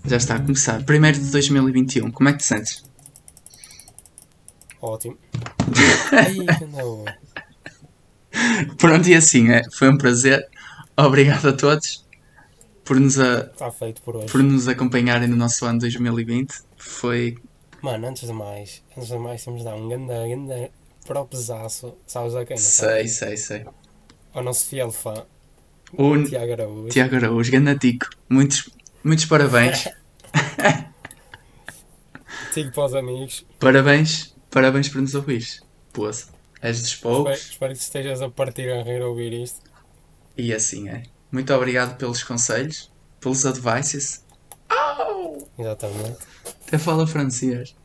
começar. 1 de 2021, como é que te sentes? Ótimo. Ai, que não. Pronto, e assim, é, foi um prazer. Obrigado a todos por nos, a- Está Tá feito por hoje. por nos acompanharem no nosso ano 2020. Foi. Mano, antes de mais, antes de mais temos de dar um grande, grande propzaço, sabes a quem? não sabes? Sei, sei, sei. Ao nosso fiel fã, O N- Tiago Araújo. Tiago Araújo, Ganatico, muitos, muitos parabéns. Tiago para os amigos. Parabéns, parabéns por nos ouvires. Poça, és dos Espero, poucos espero que estejas a partir a rir a ouvir isto. e assim é. Muito obrigado pelos conselhos, pelos advices. Exatamente. Até fala francês.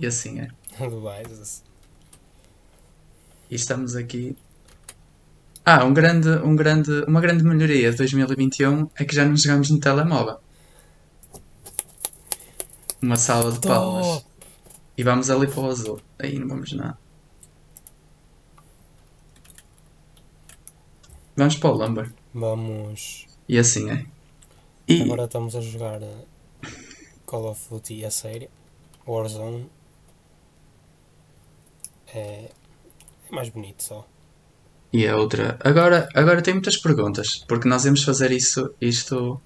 E assim é. Advices. E estamos aqui. Ah, um grande, um grande, uma grande melhoria de 2021 é que já não jogamos no telemóvel. Uma sala de palmas. Top. E vamos ali para o azul. Aí não vamos nada. Vamos para o Lumber. Vamos. E assim é. E Agora estamos a jogar eh, Call of Duty a sério. Warzone. É, é mais bonito só. E a outra. Agora, agora tem muitas perguntas, porque nós íamos fazer isso, isto.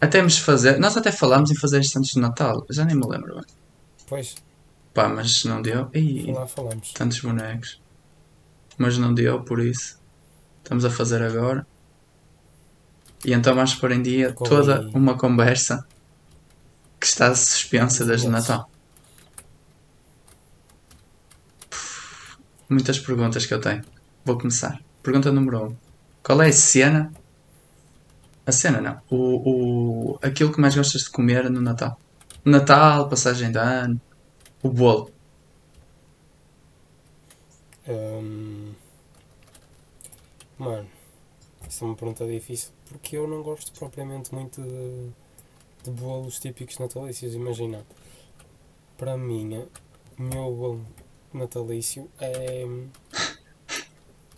Até íamos fazer. Nós até falámos em fazer isto antes do Natal, já nem me lembro bem. Pois, Pá, mas não deu. Ih, lá falamos. tantos bonecos. Mas não deu, por isso. Estamos a fazer agora. E então vamos pôr em dia Com- toda uma conversa que está suspensa desde o Nossa. Natal. Puf, Muitas perguntas que eu tenho. Vou começar. Pergunta número 1. Um. Qual é a cena? A cena não. O, o, aquilo que mais gostas de comer no Natal? Natal, passagem de ano, o bolo. Hum, Mano, isso é uma pergunta difícil porque eu não gosto propriamente muito de, de bolos típicos natalícios. Imagina, para mim, né, o meu bolo natalício é hum,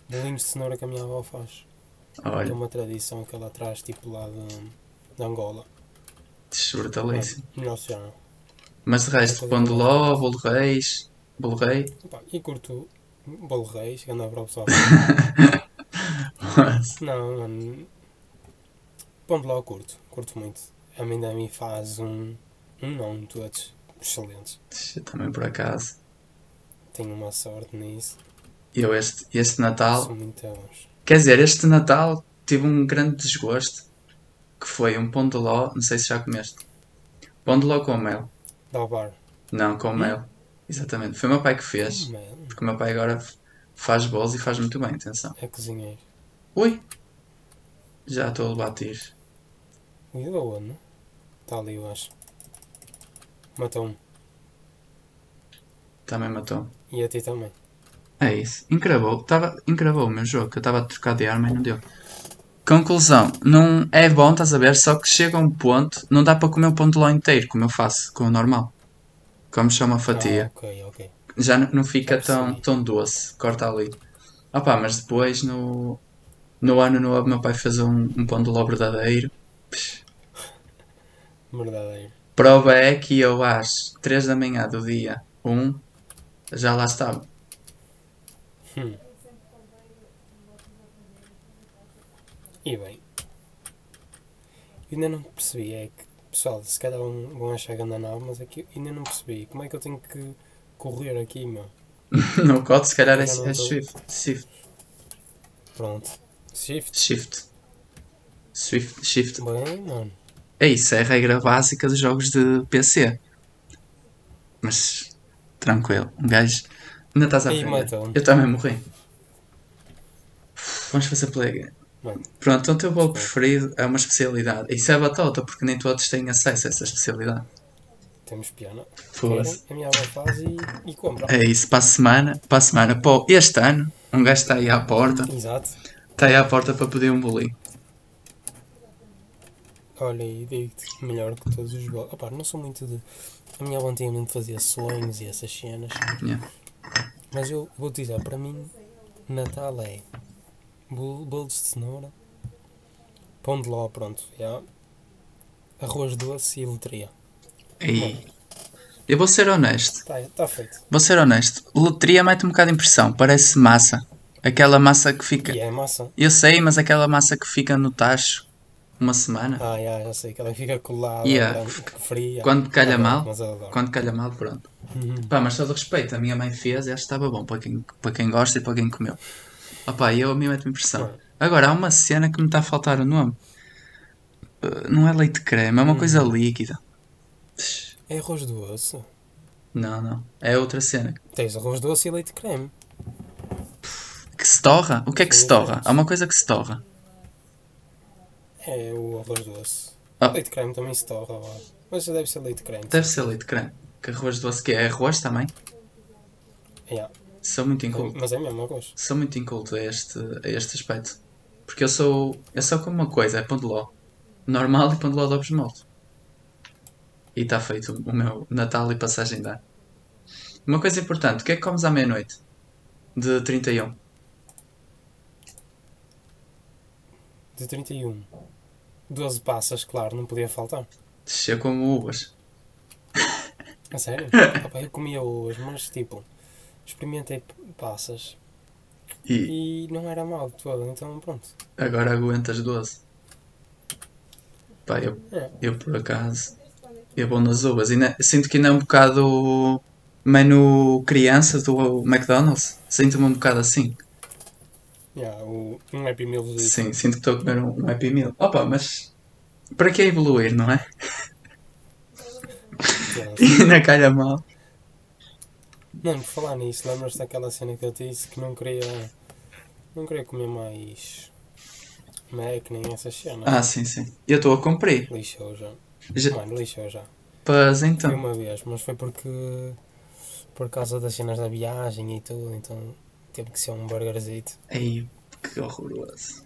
bolinhos de cenoura que a minha avó faz. É Olha, uma tradição que ela traz tipo lá de, de Angola. desbrutalíssimo. Nosso já não. Mas de resto, pão de ló, bolo reis, bolo rei. Opa, E curto bolo reis, que anda para o pessoal. Não, mano. Pão de ló curto, curto muito. A mãe da mim faz um. Um não, todos excelentes. Eu também por acaso. Tenho uma sorte nisso. Eu este, este Natal. São muito bons. Quer dizer, este Natal tive um grande desgosto. Que foi um pão de ló, não sei se já comeste. Pão de ló com mel. Dá o bar. Não, com mel. Exatamente. Foi o meu pai que fez. Man, Porque o meu pai agora f- faz bolos e faz muito bem, atenção. é cozinheiro. Ui! Já estou a levar tiros. O Ida onde? Está né? Tá ali, eu acho. um. Matou-me. Também matou. E a ti também. É isso. Encravou. Tava, encravou o meu jogo, que eu estava a trocar de arma e não deu. Conclusão. Não é bom, estás a ver? Só que chega um ponto, não dá para comer o pão de ló inteiro, como eu faço, com o normal. Como só uma Ah, fatia. ok, ok. Já n- não fica Já percebi. tão, tão doce. Corta ali. Opa, mas depois no, no ano novo, meu pai fez um, um pão de ló verdadeiro. Psh. Verdadeiro. Prova é que eu às 3 da manhã do dia 1 já lá estava. Hum. E bem. Eu ainda não percebi, é que, pessoal, se calhar vão, vão achar grande nave, mas aqui ainda não percebi. Como é que eu tenho que correr aqui, meu? No código, se calhar é, Já não é tô. shift. Shift. Pronto. Shift. Shift. Swift, shift. Bem, mano. É isso, é a regra básica dos jogos de PC. Mas tranquilo, um gajo. Ainda estás à Aí frente. matam. Eu também morri. Vamos fazer plaga. Mano. Pronto, então o teu bolo preferido é uma especialidade. Isso é batota, porque nem todos têm acesso a essa especialidade. Temos piano. Foda-se. A minha avó faz e, e compra. É isso, para a semana, para a semana, para o- este ano, um gajo está aí à porta, Exato. está aí à porta para pedir um bolinho. Olha, e digo-te melhor que todos os bolos. Opá, não sou muito de. A minha avó antigamente fazia sonhos e essas cenas. Yeah. Mas eu vou te dizer, para mim, Natal é bol- bolos de cenoura, pão de ló, pronto, já. arroz doce e letria. Ei. Eu vou ser honesto. Está tá feito. Vou ser honesto. Loteria mete um bocado de impressão. Parece massa. Aquela massa que fica. E é massa. Eu sei, mas aquela massa que fica no tacho uma semana. Ah, já, já sei, que ela fica colada, Yeah. branca, fria. Quando calha Adoro, mal. Mas eu adoro. Quando calha mal, pronto. Uhum. Pá, mas todo respeito, a minha mãe fez e acho que estava bom para quem, para quem gosta e para quem comeu. Opá, eu a mim mete-me impressão. Agora, há uma cena que me está a faltar o nome. Uh, Não é leite de creme, Hum. é uma coisa líquida. É arroz doce. Não, não. É outra cena. Tens arroz doce e leite creme. Que se torra? O que é que se Sim, torra? sim. Há uma coisa que se torra. É o arroz doce. Ah. Leite creme também se torra lá. Mas deve ser leite creme. Deve ser leite de creme. Que arroz doce que é? É arroz também? Yeah. Sou muito inculto. Mas é mesmo arroz. Sou muito inculto a este, a este aspecto. Porque eu sou. Eu só como uma coisa, é pão de ló. Normal e pão de ló de ovos de molde. E está feito o meu Natal e passagem de ano. Uma coisa importante, o que é que comes à meia-noite? De 31. De 31. 12 passas, claro, não podia faltar. Tch, Eu como uvas. A sério? Opa, eu comia hoje, mas tipo, experimentei p- passas E e não era mal de todo, então pronto. agora aguentas 12. Pá, eu É. Eu por acaso. Eu vou nas uvas. E na- sinto que ainda é um bocado o menu criança do McDonald's. Sinto-me um bocado assim. Yeah, o, um Happy Meal de Sim, sinto que estou a comer um, um Happy Meal. Opa, mas para que evoluir, não é? de- E na calha mal. Não, por falar nisso, lembras-te daquela cena que eu te disse que não queria. Não queria comer mais Mac nem essas cenas. Ah, sim, sim. Eu estou a cumprir. Lixou já. Já, Mano, lixou já. pois Foi então. uma vez, mas foi porque. Por causa das cenas da viagem e tudo, então teve que ser um burgerzito. Ei, que horroroso.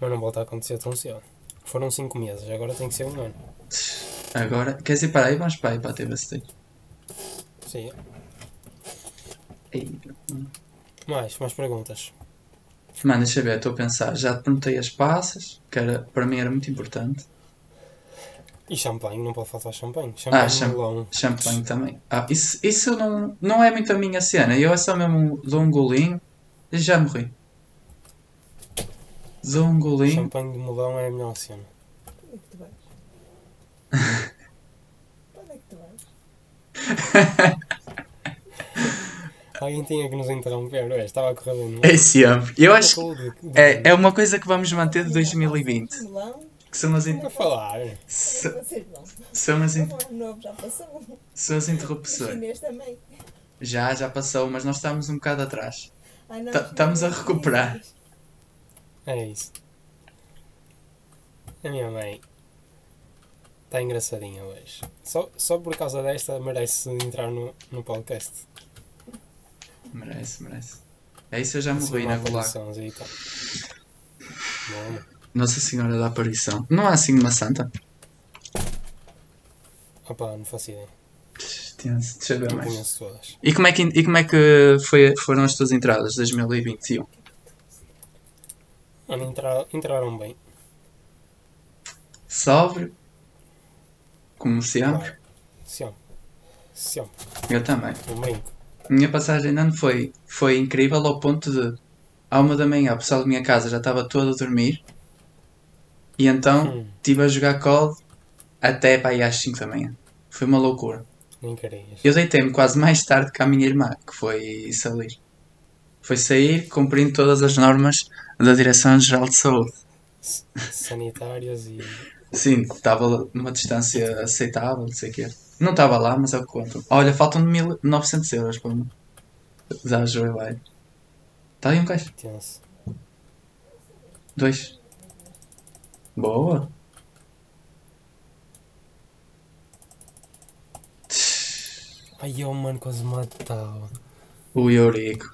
Mas não volta a acontecer tão cedo. Foram 5 meses, agora tem que ser um ano. Agora, queres ir para aí? Vamos para aí para a TVST. Sim. Ei, Mais, mais perguntas. Mano, deixa eu ver, estou a pensar. Já te perguntei as passas, que era, para mim era muito importante. E champanhe, não pode faltar champanhe. Ah, Champanhe cham- melão. Champanhe também. Ah, isso isso não, não é muito a minha cena. Eu é só mesmo dou um golinho e já morri. Dou um golinho. Champanhe de melão é a melhor cena. Onde é que tu vais? Para onde é que tu vais? Alguém tinha que nos interromper, ué, estava a correr bem. não é? É sempre. Eu acho que Acabou de- de- é, é uma coisa que vamos manter É de 2020. Melão? Que são as, Para in- falar. é. s- Vocês não. são as, in- O novo já passou. O são as interrupções. chinês também. Já, já passou, mas nós estamos um bocado atrás. Ai, não, Ta- os Tá- estamos a chineses. recuperar. É isso. A minha mãe está engraçadinha hoje. Só, só por causa desta merece entrar no, no podcast. Merece, merece. É isso, eu já Assim, morri uma na gulag. apariçãozinha e tal. Bom, Nossa Senhora da Aparição. Não há assim uma santa? opá, não faço ideia. Tenso. Deixa eu ver Não mais. conheço todas. E como é que, e como é que foi, foram as tuas entradas de 2021? Mano, Ah, entra- entraram bem. Sóbrio? Como sempre? Sempre. Sempre. Eu também. Um brinco. A minha passagem de ano foi, foi incrível ao ponto de, à uma da manhã, o pessoal da minha casa já estava todo a dormir e então Hum, estive a jogar COD até para aí às 5 da manhã. Foi uma loucura. nem querias. Eu deitei-me quase mais tarde que a minha irmã, que foi sair. Foi sair cumprindo todas as normas da Direção-Geral de Saúde. S- Sanitárias e. Sim, estava numa distância aceitável, não sei o quê. Não estava lá, mas é o que conto. Olha, faltam 1900 euros para me dar o joelho. Está aí um gajo. Tenso. Dois. Boa. Ai, eu, mano, quase matava. O Eurico.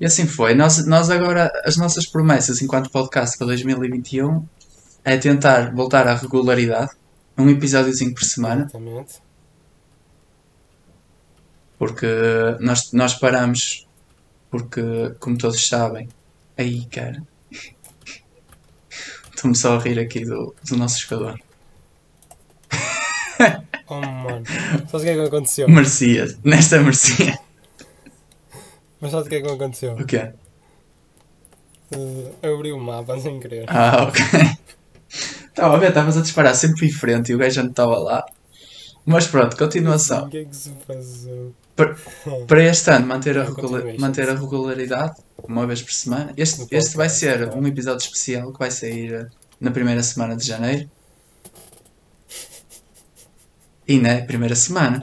E assim foi. Nós, nós agora, as nossas promessas enquanto podcast para 2021 é tentar voltar à regularidade. Um episódiozinho por semana. Exatamente. Porque eh, nós, nós paramos. Porque, como todos sabem, aí, cara. Estou começou a rir aqui do, do nosso jogador. Oh, mano. Sabes o que é que me aconteceu? Mercia, nesta mercia. Mas sabes o que é que me aconteceu? O quê? Eh, abri o mapa sem querer. Ah, ok. Estava a ver, estavas a disparar sempre em frente e o gajo não estava lá. Mas pronto, O continuação. que é que se passou? Para este ano, manter a, Não, regula- continua, manter a sim. regularidade, uma vez por semana. Este, No este vai podcast, ser tá. um episódio especial que vai sair eh, na primeira semana de janeiro. E na primeira semana.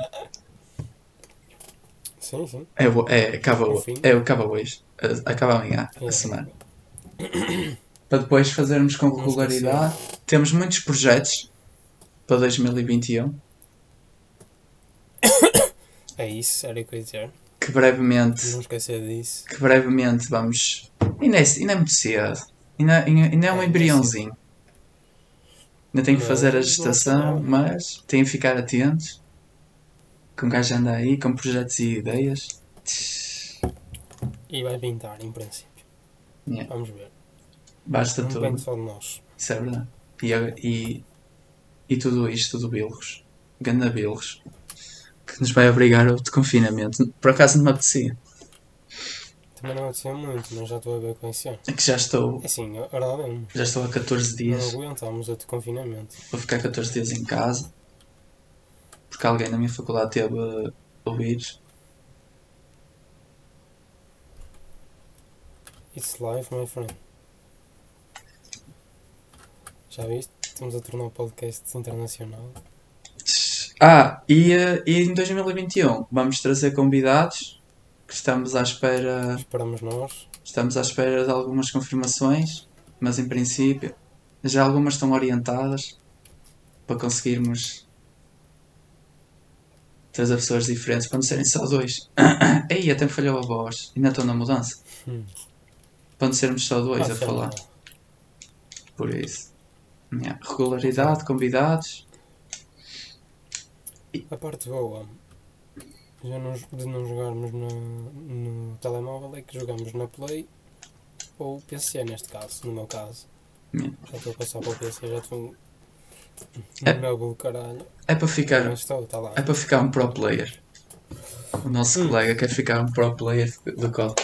Sim, sim. É, o- é, acaba, o- Enfim. é, o- acaba hoje. Eh, Acaba amanhã, a É. semana. Para depois fazermos com Não esquecer. regularidade. Temos muitos projetos para 2021 É isso, era o que eu ia dizer. que brevemente, Não esquecer disso. que brevemente vamos. Ainda é, ainda é muito cedo. Ainda, ainda, ainda é um É, ainda é embriãozinho. Ainda tenho que Não, fazer a não gestação, sei. mas tenho que ficar atentos. Que um gajo anda aí com projetos e ideias. E vai pintar, em princípio. Yeah. Vamos ver. Basta Não É. Tá tudo. depende só de nós. Isso é verdade. E, a- e, e tudo isto do Bilros. Ganda Bilros. Que nos vai obrigar ao desconfinamento. Por acaso não me apetecia. Também não aconteceu muito, mas já estou a ver com esse ano. É que já estou, É Assim, a verdade é uma. já estou há 14 Não dias. aguentámos outro confinamento. Vou ficar 14 dias em casa. Porque alguém na minha faculdade teve eh, o vírus. It's life, my friend. Já viste? Estamos a tornar o podcast internacional. Ah, e, eh, e em 2021 vamos trazer convidados. Que estamos à espera. Esperamos nós. Estamos à espera de algumas confirmações, mas em princípio já algumas estão orientadas para conseguirmos trazer pessoas diferentes para não serem só dois. Ei, até me falhou a voz, ainda estou na mudança. Hum. Para não sermos só dois Ah, a sei falar, lá. por isso. Yeah. Regularidade, convidados. A parte boa já não, de não jogarmos na- no telemóvel é que jogamos na Play ou PC neste caso, no meu caso. Hum. Já estou a passar para o PC, já estou É. no meu caralho. É para ficar, Mas estou, está lá. é para ficar um pro player. O nosso Hum. colega quer ficar um pro player do COD.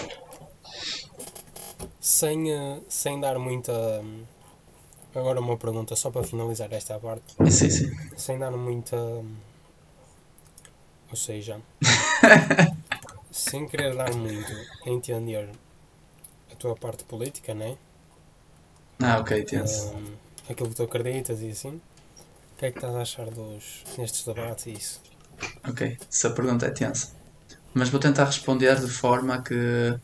Sem, eh, sem dar muita. hum, Agora uma pergunta só para finalizar esta parte. Sim, sim. Sem dar muita. hum, Ou seja, sem querer dar muito a entender a tua parte política, né? Ah, ok, tenso. Hum, aquilo que tu acreditas e assim. O que é que estás a achar dos, nestes debates e isso? Ok, essa pergunta é tensa. Mas vou tentar responder de forma que.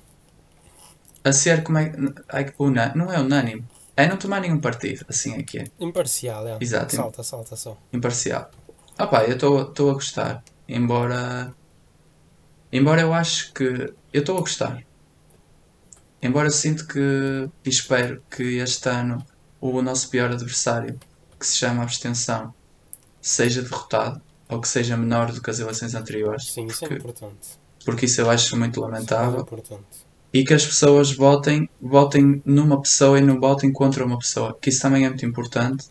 A ser como é. é que una- não é unânime. É não tomar nenhum partido. Assim é que é. Imparcial, é. Exato. Salta, salta só. Imparcial. Ah pá, eu estou a gostar. Embora. Embora eu acho que. Eu estou a gostar. Embora eu sinto que. E espero que este ano o nosso pior adversário, que se chama abstenção, seja derrotado. Ou que seja menor do que as eleições anteriores. Sim, isso é porque- importante. porque isso eu acho muito Isso é lamentável, importante. e que as pessoas votem, votem numa pessoa e não votem contra uma pessoa, que isso também é muito importante,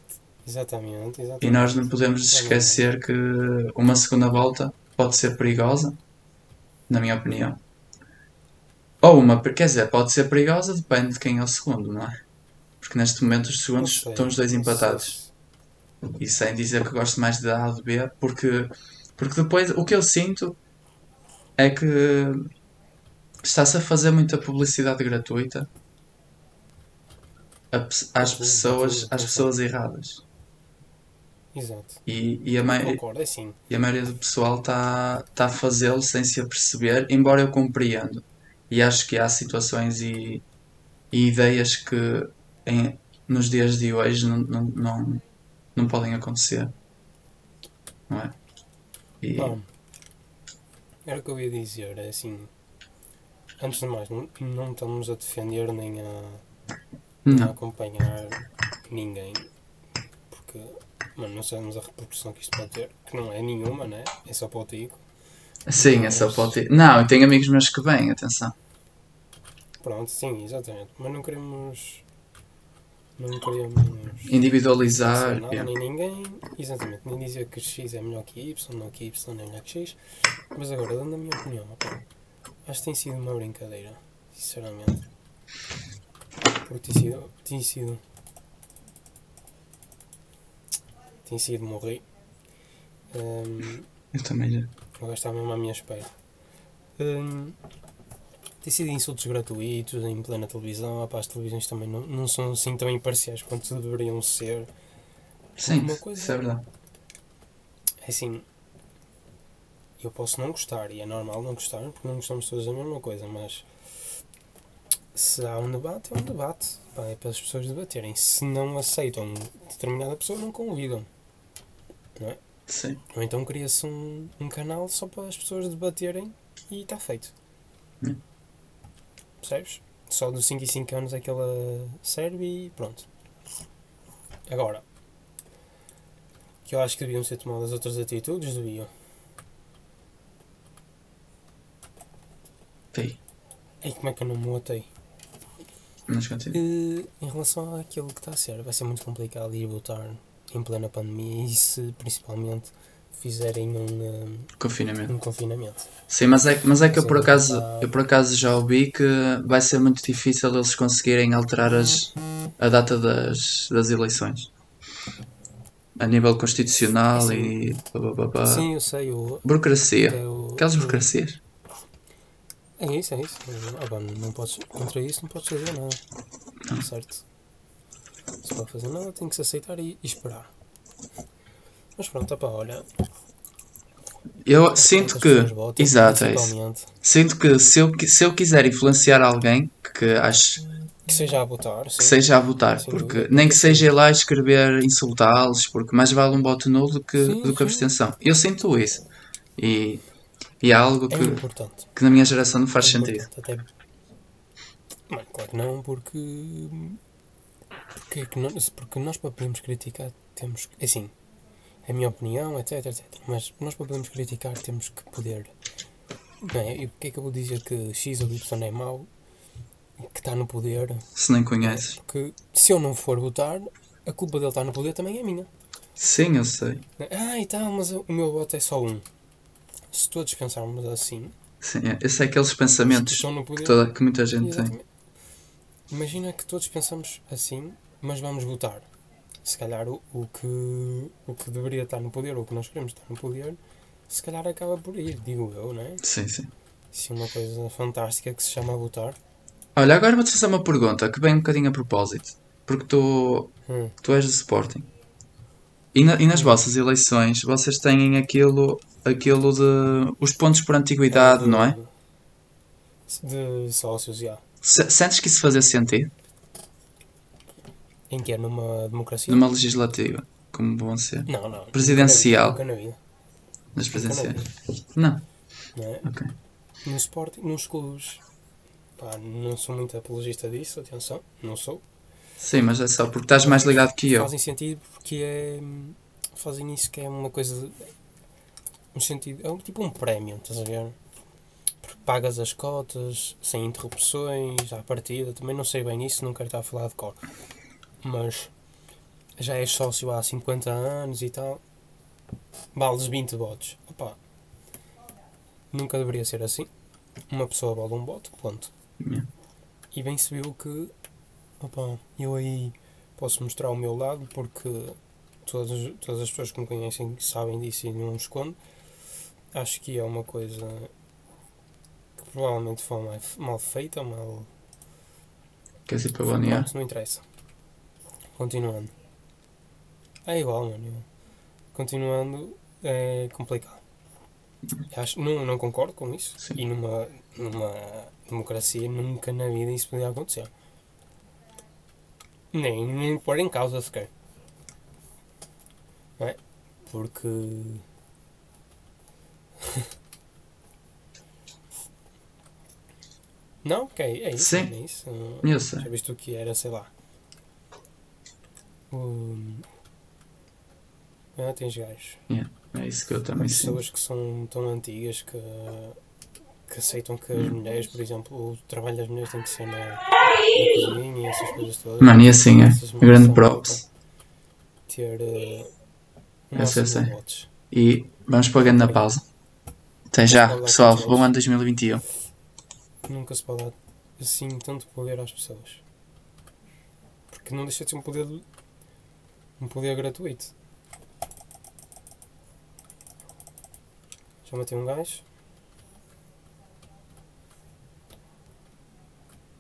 Exatamente, exatamente. e nós não podemos nos Também. esquecer que uma segunda volta pode ser perigosa, na minha opinião. Ou uma, quer dizer, pode ser perigosa, depende de quem é o segundo, não é? Porque neste momento os Não segundos sei, estão os dois não sei empatados. se- E sem dizer que gosto mais de A ou de B, porque, porque depois o que eu sinto é que está-se a fazer muita publicidade gratuita a pe- às Sim, pessoas, sim, às sim. pessoas erradas. Exato. E, e, a, mai- Concordo, é sim. e a maioria do pessoal está tá a fazê-lo sem se aperceber, embora eu compreendo. E acho que há situações e, e ideias que em- nos dias de hoje não, não, não, não podem acontecer. Não é? E, Bom, era o que eu ia dizer, é assim. Antes de mais, não, não estamos a defender nem a, nem a não, acompanhar ninguém, porque mano, não sabemos a repercussão que isto pode ter, que não é nenhuma, né? É só para o Tico. sim, é só para o ti- Não, eu tenho amigos meus que vêm, atenção. Pronto, sim, exatamente. Mas não queremos Não queria menos. Individualizar. Não, yeah. nem ninguém, exatamente, nem dizer que X é melhor que Y, não que Y é melhor que X, mas agora, dando a minha opinião, opa, acho que tem sido uma brincadeira, sinceramente. Porque tem sido. tem sido. tem sido morrer. Ahm, Eu também já. Agora está mesmo à minha espera. Hum, tem sido insultos gratuitos em plena televisão. Opá, as televisões também não, não são assim tão imparciais quanto deveriam ser. Sim, Uma coisa- isso é verdade. É assim, eu posso não gostar, e é normal não gostar, porque não gostamos todos da mesma coisa, mas se há um debate, é um debate. Pá, é para as pessoas debaterem. Se não aceitam determinada pessoa, não convidam. Sim. Ou então cria-se um, um canal só para as pessoas debaterem e está feito. Hum. Percebes? Só dos 5 e 5 anos é que ela serve e pronto. Agora, que eu acho que deviam ser tomadas outras atitudes, deviam. Tem. E como é que eu não me notei? Mas continua. Eh, em relação àquilo que está a ser, vai ser muito complicado ir votar em plena pandemia e se principalmente fizerem um, eh, Confinamento. um confinamento. Sim, mas é, que- mas é que eu por Sim, acaso tá. eu por acaso já ouvi que vai ser muito difícil eles conseguirem alterar as, a data das, das eleições. A nível constitucional e blá, blá, blá, blá. Sim, eu sei, o, burocracia. é o- Aquelas o- burocracias. É isso, é isso. Ah, pá, não podes, contra isso não podes fazer nada. Certo? Se pode fazer nada, tem que se aceitar e, e esperar. Mas pronto, opá, olha. Eu sinto as que. pessoas votam, Exato, é isso. principalmente, Sinto que se eu, qui- se eu quiser influenciar alguém que acho Que seja a votar, sim. que seja a votar, Sem porque dúvida. assim, nem que seja ir lá escrever, insultá-los, porque mais vale um voto nulo do que, Sim, do que sim. abstenção. Eu sinto isso. E, e é algo É que, importante. que na minha geração não faz é sentido. importante, Até... Mano, claro que não, porque. Porque, é que nós, porque nós para podermos criticar temos. que- Assim, é a minha opinião, etc, etc. Mas nós para podermos criticar temos que poder. Não é? E porque é que eu vou dizer que X ou Y é mau? Que está no poder? Se nem conheces. Porque se eu não for votar, a culpa dele estar no poder também é minha. Sim, eu sei. Ah, e tal, mas o meu voto é só um. Se todos pensarmos assim, Sim, é. Eu sei aqueles os que pensamentos estão no que, poder toda, que muita gente tem. Exatamente. Imagina que todos pensamos assim, mas vamos votar. Se calhar o, o, que, o que deveria estar no poder, ou o que nós queremos estar no poder, se calhar acaba por ir, digo eu, não é? Sim, sim. Isso é uma coisa fantástica que se chama votar. Olha, agora vou-te fazer uma pergunta que vem um bocadinho a propósito. Porque tu, Hum. tu és do Sporting. E, na- e nas vossas eleições, vocês têm aquilo, aquilo de. os pontos por antiguidade, De- não é? De sócios, já. Se- Sentes que isso fazia sentido? Em que é? Numa democracia? Numa legislativa, como vão ser? Não, não. Presidencial. Nunca na vida. Nas Nunca na vida, presidenciais? Não. Não é? Ok. No Sporting, nos clubes. Pá, não sou muito apologista disso, atenção. Não sou. Sim, mas é só porque estás mais ligado que eu. Fazem sentido porque é. Fazem isso que é uma coisa. de- Um sentido. É um, tipo um prémio, estás a ver? Porque pagas as cotas, sem interrupções, à partida. Também não sei bem isso, não quero estar a falar de cor. Mas. Já és sócio há 50 anos e tal. Vales 20 votos. Opa. Nunca deveria ser assim. Uma pessoa vale um voto, ponto. Yeah. E bem se viu que. Opa, eu aí posso mostrar o meu lado porque todas, todas as pessoas que me conhecem sabem disso e não escondo. Acho que é uma coisa que provavelmente foi mal, mal feita, mal. Quer dizer, para banear. Pronto, não interessa. Continuando. É igual, mano. Continuando é complicado. Acho, não, não concordo com isso. Sim. E numa, numa democracia nunca na vida isso podia acontecer. Nem, nem pôr em causa sequer. Não é? Porque. não, ok, é isso. Sim. É isso. Não- Eu sei. já viste o que era, sei lá. Hum. Ah, tens gajos. É isso que eu Há também sinto. pessoas que são tão antigas que, que aceitam que as mulheres, por exemplo, o trabalho das mulheres tem que ser na, na cozinha e essas coisas todas. Mano, e assim é. Essas mulheres Grande são props. Ter. eh, um Eu sei, eu máximo de sei. votos. E vamos para a grande pausa. Até já, pessoal. Bom ano 2021. Nunca se pode dar assim tanto poder às pessoas. Porque não deixa de ser um poder. um poder gratuito. Já matei um gajo.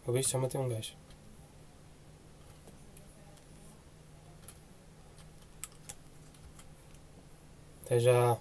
Ouviste? Já matei um gajo. Até já.